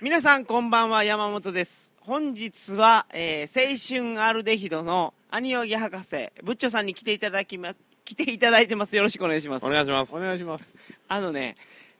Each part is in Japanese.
皆さんこんばんは山本です本日は、えー青春アルデヒドのアニオギ博士ブッチョさんに来ていただきま来ていただいてますよろしくお願いしますお願いしますお。願いします。あのね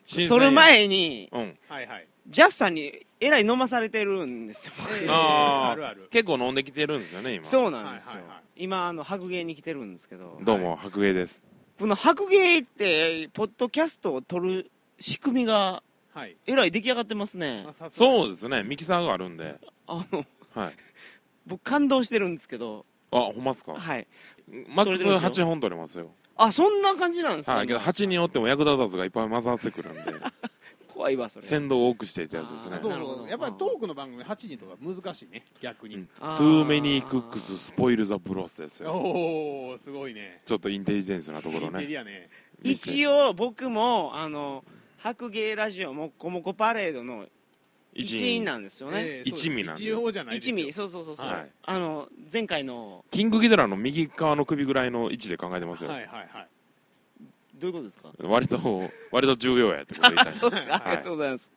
新鮮撮る。前にうん。はいはい。ジャスさんにえらい飲まされてるんですよえーあーあるある結構飲んできてるんですよね、今。そうなんですよ、はいはいはい今あの白芸に来てるんですけどどうも、白芸です。この白芸ってポッドキャストを撮る仕組みがはい。えらい出来上がってますねまあ、さすがにそうですね、ミキサーがあるんで。あのはい。僕感動してるんですけどあ、ほんまっすかはいマック取れスてるんです8本取れますよ。あそんな感じなんですか、はい。けど8によっても役立たずがいっぱい混ざってくるんで、怖いわそれ先導を多くしていったやつですあね。そうなるほそどう。やっぱりトークの番組8人とか難しいね。逆に。あー Too many cooks spoil the broth ですよ。おおすごいね。ちょっとインテリジェンスなところインテね。リアね。一応僕もあの白芸ラジオもっこもこパレードの一員なんですよね、えーそ一う味なんで一応じゃないです一よ。味そうそうそうそう、はいあの前回のキングギドラの右側の首ぐらいの位置で考えてますよ。はいはいはい。どういうことですか割と、割と重要やってこと言いたい。そうです か、はいありがとうございます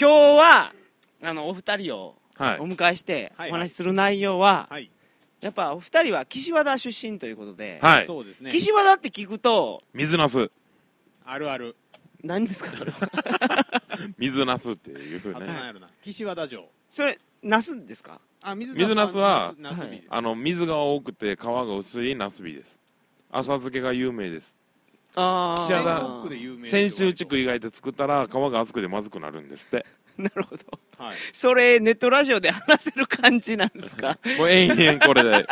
今日はあのお二人をはいお。迎えしてはいはいお話しする内容は、はい。やっぱお二人は岸和田出身ということで、はい。そうですね。岸和田って聞くと水ナス。あるある。何ですかそれは水ナスっていうあとなんね。やろな。岸和田城。 それ那須ですかあ、水水ナスはナスナスビですあの、水が多くて皮が薄いナスビです。浅漬けが有名です。あー岸和田全国で有名。泉州地区。以外で作ったら皮が厚くてまずくなるんですって。なるほどはい。それネットラジオで話せる感じなんですかもう延々これ で。延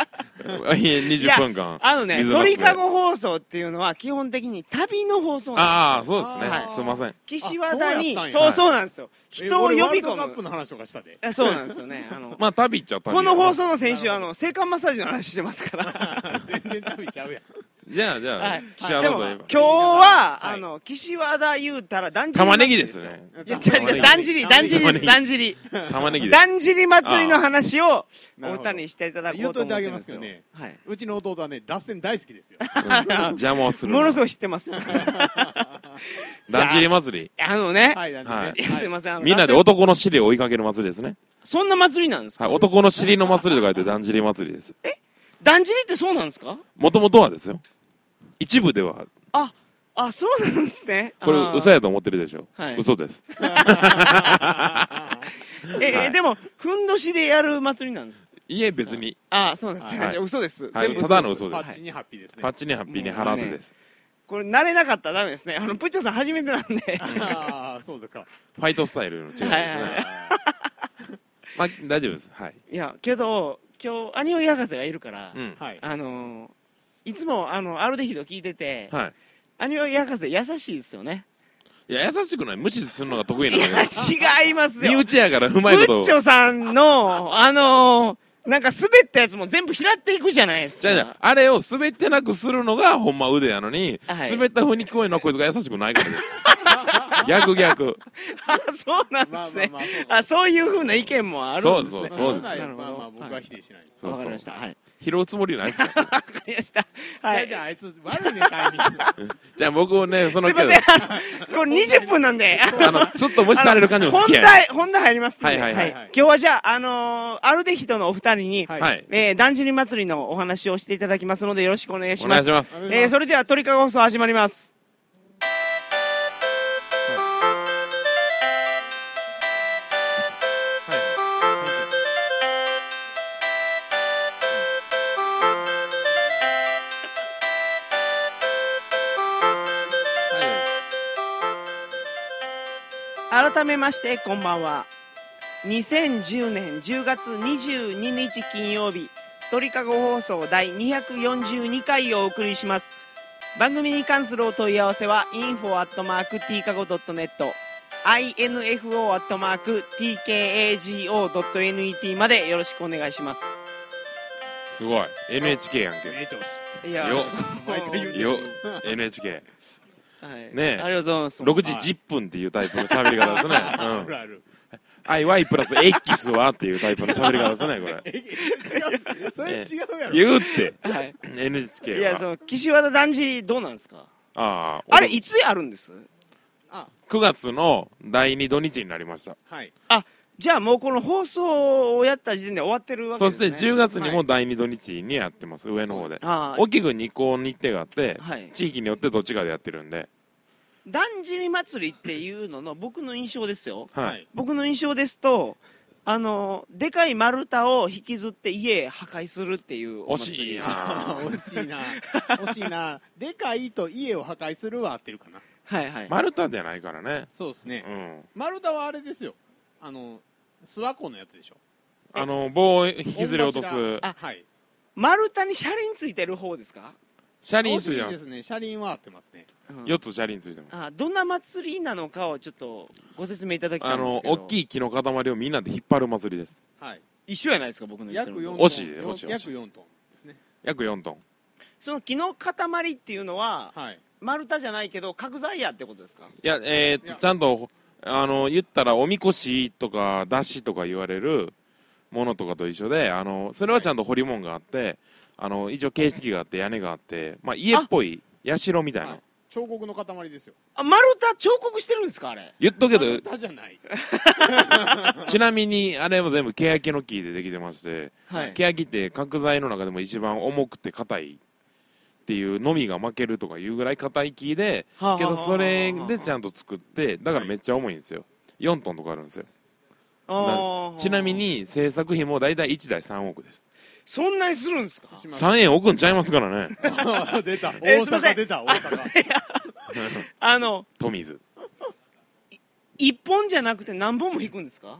々いや20分間。あのね水ナス鳥かご放送っていうのは基本的に旅の放送なんでああ、そうですあね。ーすいません。す岸和田にあそうやったんそやうそうなんですよえ人を呼び込俺ワールドカップむの話と かしたで。あそうなんですよ ねあのまあ、旅行っちゃ旅。この放。送の先週なあるほどの性感マッサージの話してますから 全然旅ちゃうやん。じゃあ、じゃはあい、岸で和田もといえ今ば。日は、はいあの岸和田言うたらだんじり玉ねぎですよね。いや違う違うだんじりだ玉んねじりでぎすだんじり玉ねぎですだ。んじり祭りの話をあーお二人にしていただこうと思ってるんですよなるはい、うちの弟はね、脱線大好きですよ。邪魔をする。ものすごい知って ますだんじり祭り。あのね、はい、なんでねはいいやすいませんあのみんなで男の尻を追いかける祭りですね。そんな祭りなんですか、はい、男の尻の祭りとか言ってだんじり祭りです。だんじりってそうなんですかもともとはですよ。一部では、ああそうなんですねこあーれ嘘やと思ってるでしょ。はい嘘です。え、えはいでもふんどしでやる祭りなんですいえ、別に。あそうなんですね、はいいや嘘です、はい全部ただの嘘パです。ッチにハッピーですね。パッチにハッピーに払ってです。これ慣れなかったらダメですねあのプッチョさん初めてなんでああ、そうですか。ファイトスタイルの違いですね。はいはいはいまあ、大丈夫です。はい。いやけど今日アニオイ博士がいるから、うん。はい。あのーいつもあのアルデヒド聞いてて、はい。アニオイ博士優しいですよねいや、優しくない。無視するのが得意いなのよ。や違います身よ内やからうまいブことッを。チョさんの、あのーなんか滑ったやつも全部拾っていくじゃないですじゃあじゃあか。、あれを滑ってなくするのがほんま腕やのに、はい滑った風に聞こえるのはこいつが優しくないか らです。逆逆。あ、 そうなんですね。まあまあまあそうかあ、そういうふうな意見もあるんですね。そうそうそうですまあなるほまあど。まあ、僕は否定しない。そうそうわかりました。はい。拾うつもりないですかわかりました。ははい、い。じゃあ、あいつ、悪いね、タイミング。じゃあ僕をね、そのすいません。あのこれ20分なんで。あのあの、すっと無視される感じも好本きやね題、本題入りますんで。はいはいはい今日はじゃあ、あのーアルデヒドのお二人に、ははい。えー、だんじり祭りのお話をしていただきますので、よろしくお願いしおま願いすし。ます。えー、それでは鳥かご放送始まります。改めましてこんばんは2010年10月22日金曜日鳥かご放送第242回をお送りします番組に関するお問い合わせは info.tkago.net info.tkago.net までよろしくお願いしますすごい。NHK やんけ。名調子。いやよそう毎回言うてるよ、NHK。はいねえありがとうございます6時10分っていうタイプの喋り方ですね。あうんる。ある。 IY プラス X はっていうタイプの喋り方ですね、これ。え、違う。 それ違うやろ。言うって。はい、 NHK は。いやその岸和田だんじりどうなんですかああ。あれいつやるんですあ9月の第2土日になりました、はいじゃあもうこの放送をやった時点で終わってるわけそでしすねて10月にも第2土日にやってます、上の方でああ大きく2個日程があって、はい地域によってどっちかでやってるんで、だんじり祭りっていうのの僕の印象ですよはい僕の印象ですとあのでかい丸太を引きずって家破壊するっていうお祭り惜しいなあー惜しいな惜しいなでかいと家を破壊するは合ってるかなはいはい、丸太じゃないからね、そうですねうん、丸太はあれですよあの諏訪湖のやつでしょあの棒を引きずり落と御す柱はい丸太に車輪ついてる方ですか、車輪つ惜いしていまですすね車輪は合ってますねうん4つ車輪ついてますあどんな祭りなのかをちょっとご説明いただきたあいんでのすけど大きい木の塊をみんなで引っ張る祭りですはい一緒やないですか僕の言って約るの4トン惜しい惜しい惜しい約4トンですね約4トンその木の塊っていうのははい丸太じゃないけど角材やってことですかいやえーっいとやちゃんとあの言ったらおみこしとか出しとか言われるものとかと一緒であのそれはちゃんと彫り物があってあの一応形式があって屋根があって、まあ、家っぽい社みたいはない彫刻の塊ですよあ丸太彫刻してるんですかあれ言っとく丸けど太じ ゃないちなみにあれも全部ケヤキの木でできてましてはいケヤキって角材の中でも一番重くて硬いっていうのみが負けるとかいうぐらい硬い木でけどそれでちゃゃんと作ってだからめっちゃ重いんですよ4トンとかあるんですよあちなみに制作費も大体1台3億ですそんなにするんですか3円億んちゃいますからね出たえー大すいません阪出た大阪あのトミーズ一本じゃなくて何本も引くんですか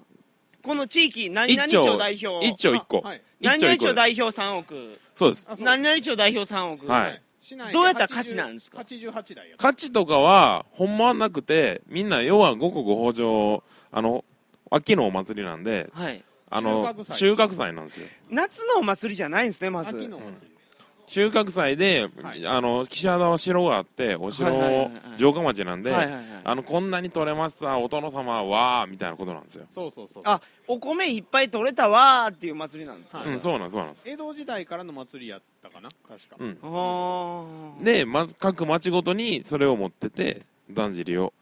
この地域何々一町丁代表一丁一個はい一何丁々一町個です代表3億そうですあそう何々町代表3億、はい市内でどうやったら勝ちなんですか80 88台や価値とかはほんまはなくてみんな要は五穀豊穣あの秋のお祭りなんではいあの収穫祭収穫祭なんですよ夏のお祭りじゃないんですねまず秋のお祭りです収穫祭で、はいあの岸和田は城があってお城、はいはいはいはい城下町なんで、はいはいはいあのこんなに取れましたお殿様はみたいなことなんですよ、そうそうそうあお米いっぱい取れたわーっていう祭りなんですか、はあいうんそうなんそうなんです、江戸時代からの祭りやったかな確かうん、ーで、まず、各町ごとにそれを持っててだんじりを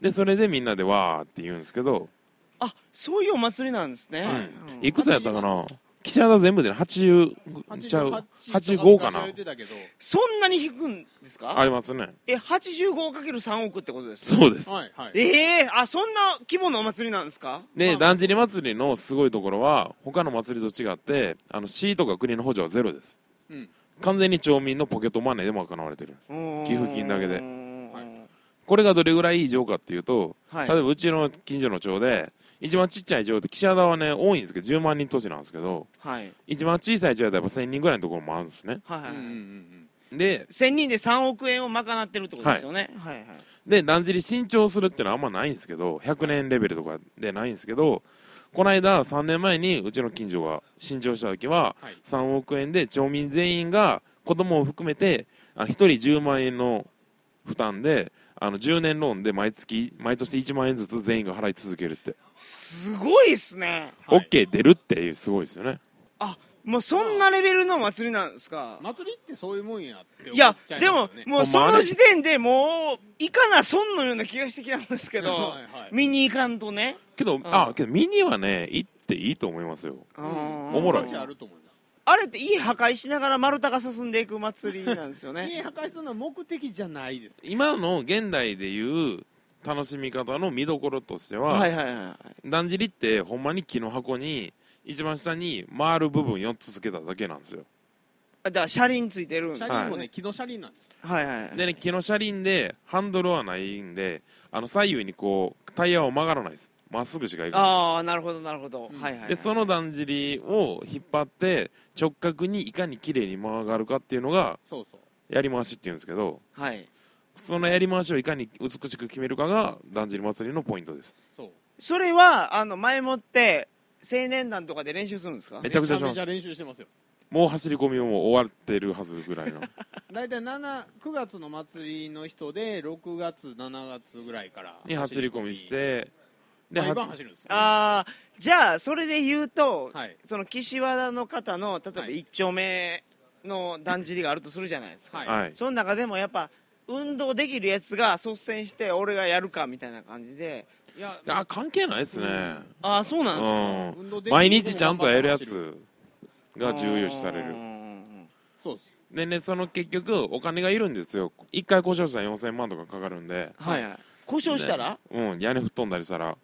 でそれでみんなでわーって言うんですけど、あそういうお祭りなんですね、はいうんいくつやったかな岸和田全部で80ちゃう85かな言ってたけどそんなに引くんですかありますねえ 85×3 億ってことですそうですはいはいええー、あそんな規模のお祭りなんですかで、まあだんじり祭りのすごいところは他の祭りと違ってあの市とか国の補助はゼロです、うん完全に町民のポケットマネーでも行われてるんです寄寄付金だけではいこれがどれぐらいいい城かっていうと、はい例えばうちの近所の町で一番ちっちゃい城って岸和田はね多いんですけど10万人都市なんですけどはい一番小さい町だとやっぱ1000人ぐらいのところもあるんですねはいはい、うんうんうんで1000人で3億円を賄ってるってことですよね、はい、はいでだんじり新調するってのはあんまないんですけど100年レベルとかでないんですけどこの間3年前にうちの近所が新調した時ははい3億円で町民全員が子供を含めてあの1人10万円の負担であの10年ローンで毎月毎年1万円ずつ全員が払い続けるって、すごいっすねはい OK 出るっていうすごいですよねあもうそんなレベルの祭りなんですか、祭りってそういうもんやってい思やっちゃいでまもすよねもうその時点でもういかな損のような気がしてきたんですけどはいはい見に行かんとねけど、んあけどミニはね行っていいと思いますようんおもろい価値あると思いますあれって家破壊しながら丸太が進んでいく祭りなんですよね家破壊するのは目的じゃないです今の現代でいう楽しみ方の見どころとしては、はいはいはいだんじりってほんまに木の箱に一番下に回る部分4つつけただけなんですよだから車輪ついてるんです車ね輪もね木の車輪なんですはいはいはいでね木の車輪でハンドルはないんであの左右にこうタイヤを曲がらないですまっすぐしか行かああなるほどなるほど、うんはいはいはないいでそのだんじりを引っ張って直角にいかに綺麗に曲がるかっていうのがそうそうやり回しっていうんですけどはいそのやり回しをいかに美しく決めるかがだんじり祭りのポイントですそうそれはあの前もって青年団とかで練習するんですかめちゃくちゃしますめちゃ練習してますよもう走り込みをもう終わってるはず ぐらいの大体7 9月の祭りの人で6月7月ぐらいからに走り込みしてでで毎晩は走るんですよああじゃあそれで言うと、はいその岸和田の方の例えばはい1丁目のだんじりがあるとするじゃないですか、はいはいその中でもやっぱ運動できるやつが率先して俺がやるかみたいな感じでいやあ関係ないですね、ああそうなんですかう運ん、動できる毎日ちゃんとやるやつが重要視されうんるうんそうっすでねその結局お金がいるんですよ1回故障したら4000万とかかかるんでうんはいはい故障したらうん屋根吹っ飛んだりしたら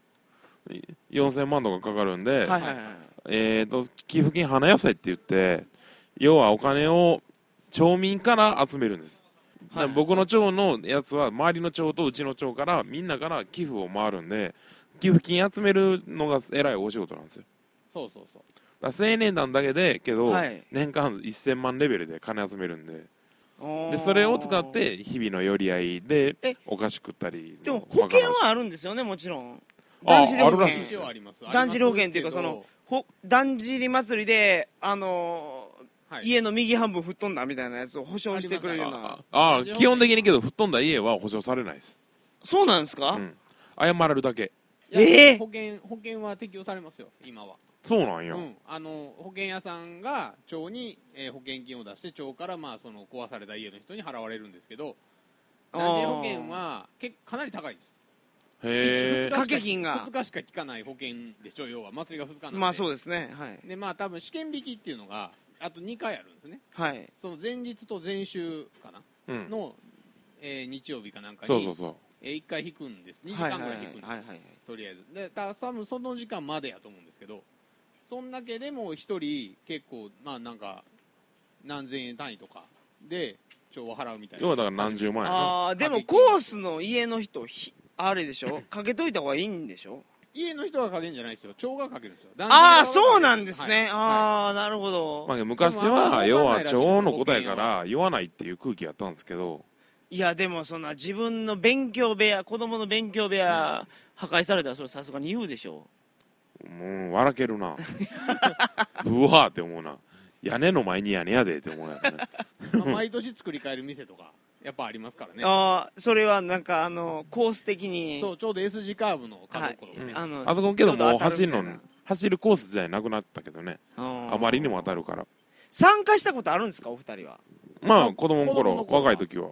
い4000万とかかかるんで、はいはいはいえー、と寄付金花野菜って言って要はお金を町民から集めるんです、はいだから僕の町のやつは周りの町とうちの町からみんなから寄付を回るんで寄付金集めるのがえらいお仕事なんですよそうそうそうだから青年団だけでけど、はい年間1000万レベルで金集めるんでおーでそれを使って日々の寄り合いでえお菓子食ったりでも保険はあるるんですよねもちろんあ断じり保あるらしいです険よ一応ありますだんじり保険っていうかそありますけどのほだんじり祭りであのーはい家の右半分吹っ飛んだみたいなやつを保証してくれるようなああ基本的にけど吹っ飛んだ家は保証されないです、そうなんですか、うん、謝られるだけいやええ保険保険は適用されますよ今はそうなんや、うん、あの保険屋さんが町に、えー保険金を出して町から、まあ、その壊された家の人に払われるんですけどあー断じり保険はけかなり高いですへえ掛け金が2日しか効かない保険でしょ要は祭りが2日なんで,、まあそうですねはいでまあ多分試験引きっていうのがあと2回あるんですねはいその前日と前週かなうんの、えー日曜日かなんかにそうそうそうえ1回引くんです2時間ぐらい引くんです、はいはいはいはいとりあえずでた多分その時間までやと思うんですけどそんだけでも一人結構まあなんか何千円単位とかで帳を払うみたいな要はだから何十万やなああーでもコースの家の人ひあれでしょかけといた方がいいんでしょ家の人がかけるんじゃないですよ帳がかけるんですよああそうなんですね、あああなるほど、まあ、昔でもあんまはり儲要かんなはいらしい女王の答えから言わないっていう空気やったんですけどいやでもそんな自分の勉強部屋子供の勉強部屋、破壊されたらそれさすがに言うでしょもう笑け るなブワーって思うな屋根の前に屋根やでって思うやろね毎年作り変える店とかやっぱありますからねああそれはなんかあのコース的にそうちょうど S 字カーブの角っこのね、あのあそこけどもうちょう当た走るみたいの走るコースじゃなくなったけどねなあまりにも当たるから参加したことあるんですかお二人はまあ子供の子供の頃頃は若い時は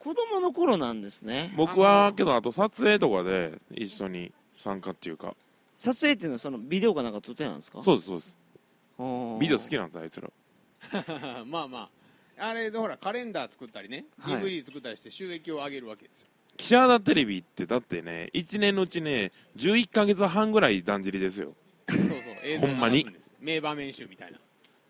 子供の頃なんですね僕はけどあと撮影とかで一緒に参加っていうか撮影っていうのはそのビデオかなんか撮ってたんですかそうですそうですうビデオ好きなんですあいつら まあまああれでほらカレンダー作ったりね、はい DVD 作ったりして収益を上げるわ けですよ記者だテレビってだってね1年のうちね11ヶ月半ぐらいだんじりですよそうそう映像ほんまに流すです名場面集みたいな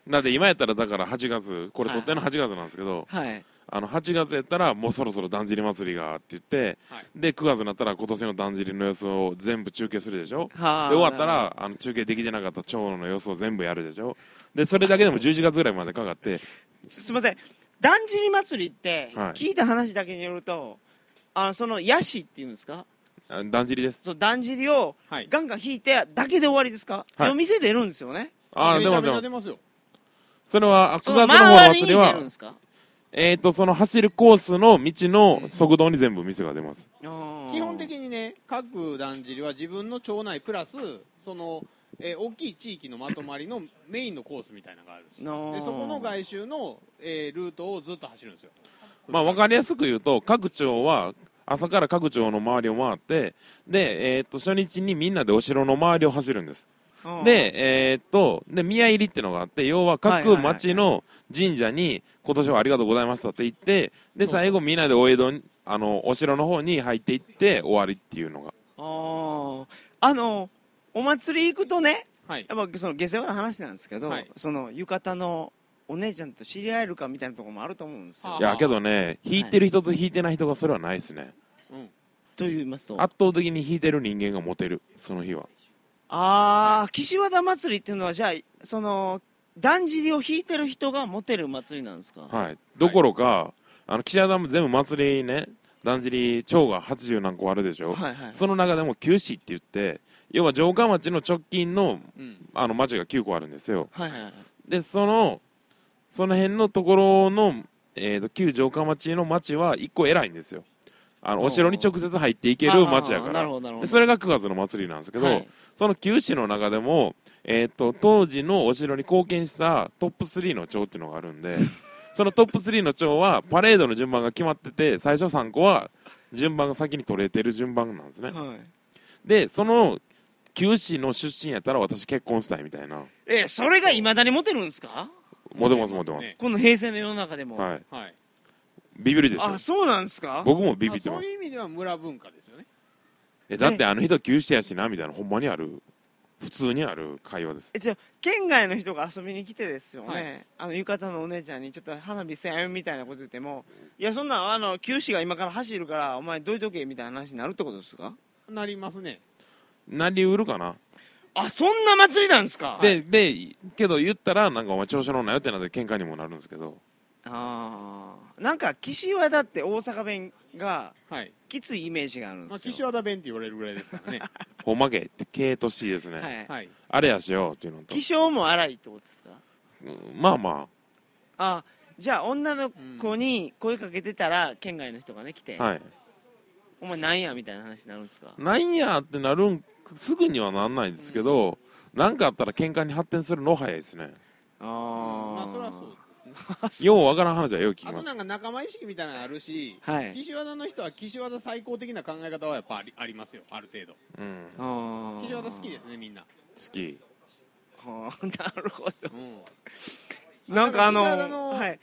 だって今やったらだから8月これ撮ってんの8月なんですけど、はいあの8月やったらもうそろそろだんじり祭りがって言って、はいで9月になったら今年のだんじりの様子を全部中継するでしょはあで終わったらあの中継できてなかった長野の様子を全部やるでしょでそれだけでも11月ぐらいまでかかってすすいませんだんじり祭りってはい聞いた話だけによると、あのそのヤシっていうんですかあだんじりですそのだんじりをはいガンガン引いてだけで終わりですか、はいお店出るんですよねああめでちゃもめでちゃも出ますよそれはあその9月の方の周り祭にり出るはんですかえっ、とその走るコースの道の速道に全部店が出ます基基本的にね各だんじりは自分の町内プラスその、えー大きい地域のまとまりのメインのコースみたいなのがあるんですよでそこの外周の、えールートをずっと走るんですよまあ、わかりやすく言うと、各町は、朝から各町の周りを回って、で、えーっと、初日にみんなでお城の周りを走るんです。で、えーっと、で、宮入りってのがあって、要ははいはい各はい町の神社に、今年はありがとうございましたって言って、で、最後みんなでお江戸に、あの、お城の方に入っていって終わりっていうのが。あーあのお祭り行くとねはいやっぱその下世話な話なんですけど、はいその浴衣のお姉ちゃんと知り合えるかみたいなところもあると思うんですよあいや、けどね、弾いてる人と弾いてない人がそれはないですね。と言いますとあ圧倒的に弾いてる人間がモテる、その日は。あー岸和田祭りっていうのはじゃあそのだんじりを引いてる人がモテる祭りなんですか、はい、どころか、あの岸田さんも全部祭りねだんじり町が80何個あるでしょ、はいはいその中でも九市って言って要は城下町の直近のうんあの町が9個あるんですよはいはいはいでそのその辺のところの、えー、と旧城下町の町は1個偉いんですよあのお城に直接入っていける町やあーかならるほどなるほどでそれが9月の祭りなんですけど、はいその九市の中でも、えー、と当時のお城に貢献したトップ3の町っていうのがあるんで そのトップ3の蝶はパレードの順番が決まってて最初3個は順番が先に取れてる順番なんですねはい、でその九死の出身やったら私結婚したいみたいなえそれがいまだにモテるんですかモテますモテますこの平成の世の中でも、はいはいビビるでしょあそうなんですか僕もビビってまあまそうすいう意味では村文化ですよねえだってあの人急してやしなみたいなほんまにある普通にある会話ですえじゃあ県外の人が遊びに来てですよね、はいあの浴衣のお姉ちゃんにちょっと花火せんやめみたいなこと言ってもいやそんなんあの九死が今から走るからお前どいとけみたいな話になるってことですかなりますねなりうるかなあそんな祭りなんですかででけど言ったらなんかお前調子乗んなよってなって喧嘩にもなるんですけどああなんか岸和田って大阪弁がはい、きついイメージがあるんまあ、です岸よ、和田弁って言われるぐらいですからねほんまけって系としいですね、はいはいあれやしようっていうのと気性も荒いってことですかうんまあまあじゃあ女の子に声かけてたら県外の人がね来て、あはいお前なんやみたいな話になるんですかなんやってなるんすぐにはなんないんですけど、なんかあったら喧嘩に発展するの早いですねあまあそれはそうですねようわからん話はよう聞きあまとすなんか仲間意識みたいなのあるし、はい岸和田の人は岸和田最高的な考え方はやっぱありありますよある程度うん好あー岸和田好きですねみんな、きはあ なるほどうん、なんかあのなんか岸和田のはい、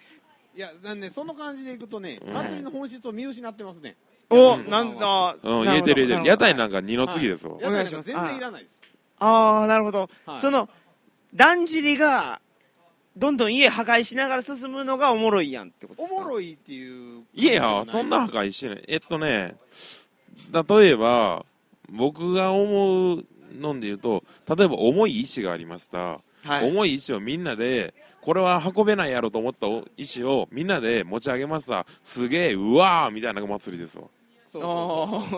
いやなんねその感じでいくとね、うん祭りの本質を見失ってますねおうんなんだ、うんな言えほどてる言えてる屋台なるなんか二の次ですわ、はい屋台なんか全然いらないですほどああなるほど、はいそのだんじりがどんどん家破壊しながら進むのがおもろいやんってことおですかもろいっていういやそんな破壊しないえっとね例えば僕が思うのんで言うと例えば重い石がありました、はい重い石をみんなでこれは運べないやろと思った石をみんなで持ち上げましたすげえうわーみたいな祭りですわ、そうそう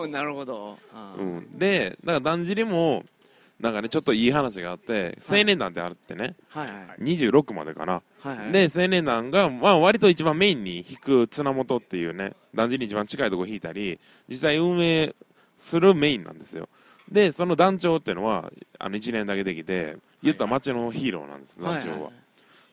おおなるほど、あーうん、でなんかだんじりもなんかねちょっといい話があって青年団ってあってね、はいはい26までかな、はいはいで青年団が、まあ、割と一番メインに引く綱元っていうね団地に一番近いとこ引いたり実際運営するメインなんですよでその団長っていうのはあの1年だけできて言ったら町のヒーローなんです、団長は、い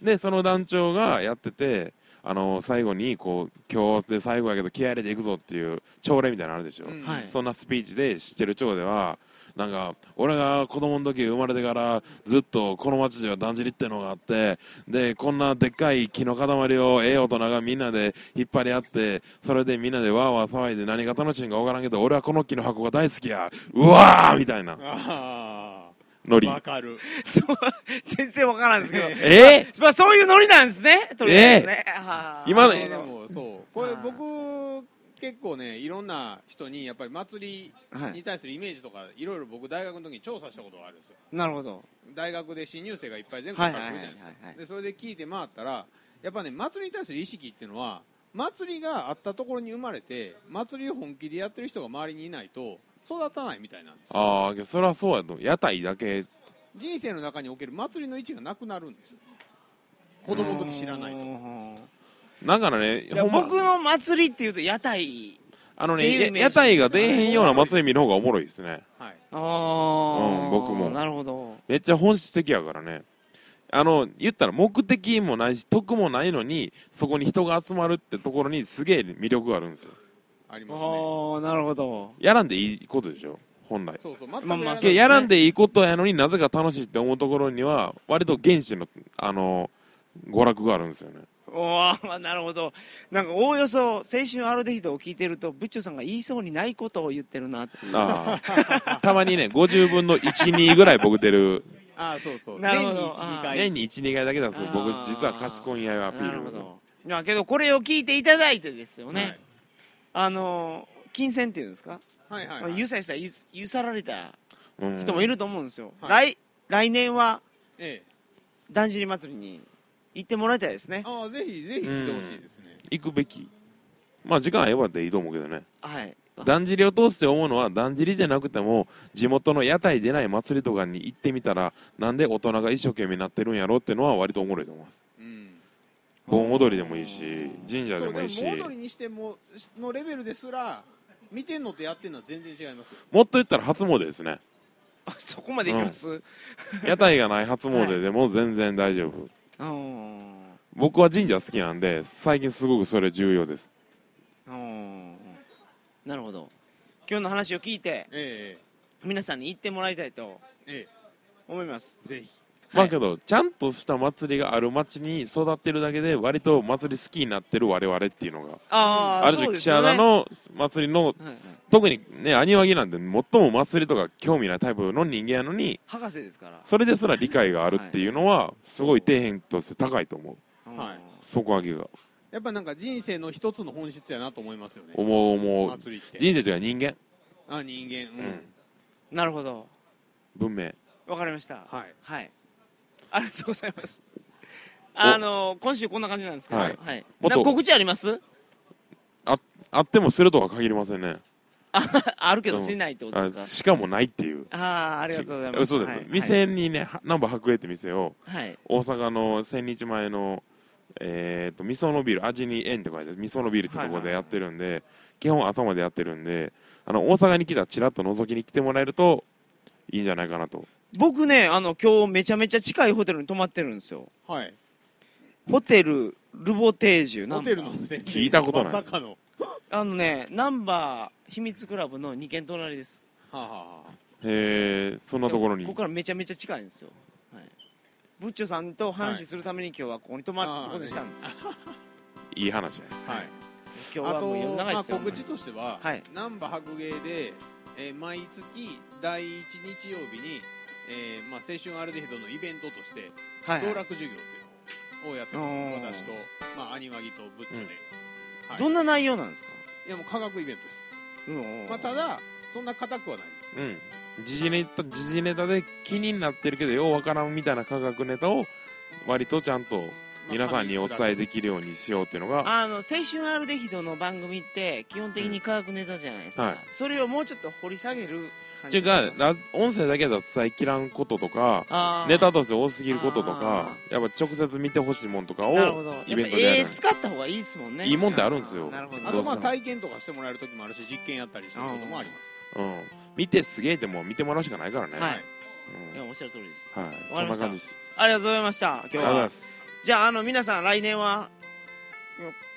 いでその団長がやっててあの最後にこう今日で最後やけど気合入れていくぞっていう朝礼みたいなのあるでしょ、うんはいそんなスピーチで知ってる長ではなんか俺が子供の時生まれてからずっとこの町ではだんじりってのがあってでこんなでっかい木の塊をええ大人がみんなで引っ張り合ってそれでみんなでわーわー騒いで何が楽しいんか分からんけど俺はこの木の箱が大好きやうわーみたいなあノあリわかる 全然わからんですけどえーまあそういうノリなんですねとりあえずね、はー今のねでもそうこれあー僕結構ねいろんな人にやっぱり祭りに対するイメージとか、い、ろいろ僕大学の時に調査したことがあるんですよなるほど大学で新入生がいっぱい全国から来るじゃないですかはいはいはいはいはいでそれで聞いて回ったらやっぱね祭りに対する意識っていうのは祭りがあったところに生まれて祭りを本気でやってる人が周りにいないと育たないみたいなんですよああそりゃそうやと屋台だけ人生の中における祭りの位置がなくなるんですよ子供の時知らないととだからねいやほんま僕の祭りっていうと屋台あのっていうイメねージや屋台が出えへんような祭り見る方がおもろいですねはいああ、うん僕もなるほどめっちゃ本質的やからねあの言ったら目的もないし得もないのにそこに人が集まるってところにすげえ魅力があるんですよありああますねーなるほどやらんでいいことでしょ本来そうそう全くまあまあやらないいややらんでいいことやのになぜか楽しいって思うところには割と原始のあの娯楽があるんですよねおーなるほどなんかおおよそ青春アルデヒドを聞いてるとブッチョさんが言いそうにないことを言ってるなっていうあ あたまにね50分の12ぐらい僕出るあーそうそうなる年ほにど12は回年に12回だけ出す僕あー実は賢いやアピなるーほルどいやけどこれを聞いていただいてですよね、はいあのー金銭っていうんですか、はいはいまあはいゆさゆさゆゆさられたうん人もいると思うんですよ、はい来来年はええだんじり祭りに行ってもらいたいですねああぜひぜひ来てほしいですね行くべきまあ時間あればでいいと思うけどねはいだんじりを通して思うのはだんじりじゃなくても地元の屋台出ない祭りとかに行ってみたらなんで大人が一生懸命なってるんやろってのは割とおもろいと思いますうん盆踊りでもいいし神社そでうもいいしでも戻りにしてものレベルですら見てんのとやってんのは全然違いますよもっと言ったら初詣ですねあ そこまで行きます、屋台がない初詣でも全然大丈夫、うん、僕は神社好きなんで最近すごくそれ重要ですうんなるほど今日の話を聞いてえ皆さんに行ってもらいたいとええ思いますえぜひまあけど、ちゃんとした祭りがある町に育ってるだけで、割と祭り好きになってる我々っていうのが、ああある種、岸和田の祭りの、はいはい特にね、アニワギなんて、最も祭りとか興味ないタイプの人間やのに、博士ですからそれですら理解があるっていうのは、すごい底辺として高いと思う。はい底上げが。やっぱなんか人生の一つの本質やなと思いますよね思う思う。祭りって人生というか人間。あ人間うん、うんうんなるほど文明。わかりましたはいはいありがとうございますあの今週こんな感じなんですけどははいいもっとなんか告知あります あってもするとは限りませんね。あるけどしないってことあですしかもないっていう。かああありがとうございます嘘です。はい店にね、は南部白栄って店を、はい大阪の千日前のえー、と味噌のビール味に縁って書いてある味噌のビールってところでやってるんで、基本朝までやってるんであの大阪に来たらちらっと覗きに来てもらえるといいんじゃないかなと僕ねあの今日めちゃめちゃ近いホテルに泊まってるんですよはいホテルルボテージュナンバーホテルの宣伝聞いたことないまさかのはあのねナンバー秘密クラブの2軒隣ですあ、はあはあ、へえそんなところにここからめちゃめちゃ近いんですよ、はい、ブッチョさんと話しするために今日はここに泊まあーることにしたんです、いい話やはい、今日あはもう夜と、長いまであ、すよ、告知としては、はい難波白芸で、えー毎月第1日曜日に、えーまあ、青春アルデヒドのイベントとしてはい道楽授業っていうのをやってます、おー私と、まあ、アニワギとブッチョで、うんはいどんな内容なんですか、いやもう科学イベントです、うんまあ、ただそんな硬くはないですうん時事ネタ時事ネタで気になってるけどようわからんみたいな科学ネタを割とちゃんと皆さんにお伝えできるようにしようっていうのがあの青春アルデヒドの番組って基本的に科学ネタじゃないですか、はいそれをもうちょっと掘り下げる感ってじいうかラ音声だけだと伝えきらんこととかあーネタとして多すぎることとあかやっぱ直接見てほしいもんとかなるほをどイベントでやっぱやる絵使った方がいいですもんねいいもんってあるんですよあーなるほどあとまどうあぞ体験とかしてもらえる時もあるし実験やったりすることもありますうん、見てすげえでも見てもらうしかないからね、はいいうんやおっしゃる通りですはい、わかそりまんなした感じですありがとうございましたあり今日がとうございはます、じゃああの皆さん来年は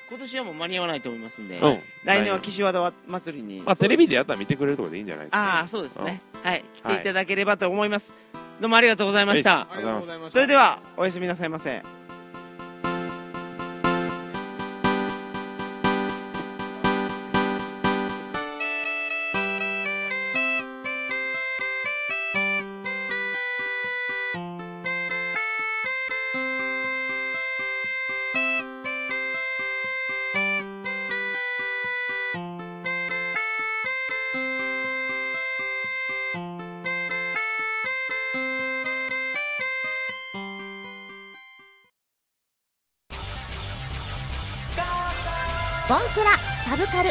今年はもう間に合わないと思いますんで、うん、来年は岸和田祭りに、まあ、テレビでやったら見てくれるとかでいいんじゃないですかああそうですね、はい来ていただければと思います、どうもありがとうございましたありがとうございまそれではおやすみなさいませボンクラサブカル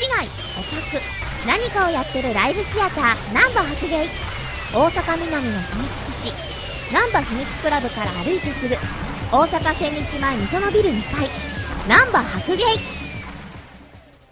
市街オタク何かをやってるライブシアター難波白芸大阪南の秘密基地難波秘密クラブから歩いてすぐ大阪千日前みそのビル2階難波白芸